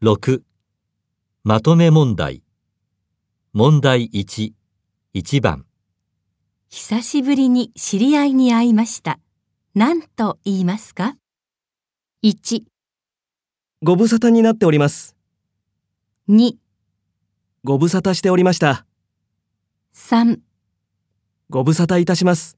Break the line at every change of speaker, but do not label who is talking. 6. まとめ問題。問題1、1番。
久しぶりに知り合いに会いました。何と言いますか ?1、
ご無沙汰になっております。
2、
ご無沙汰しておりました。
3
ご無沙汰いたします。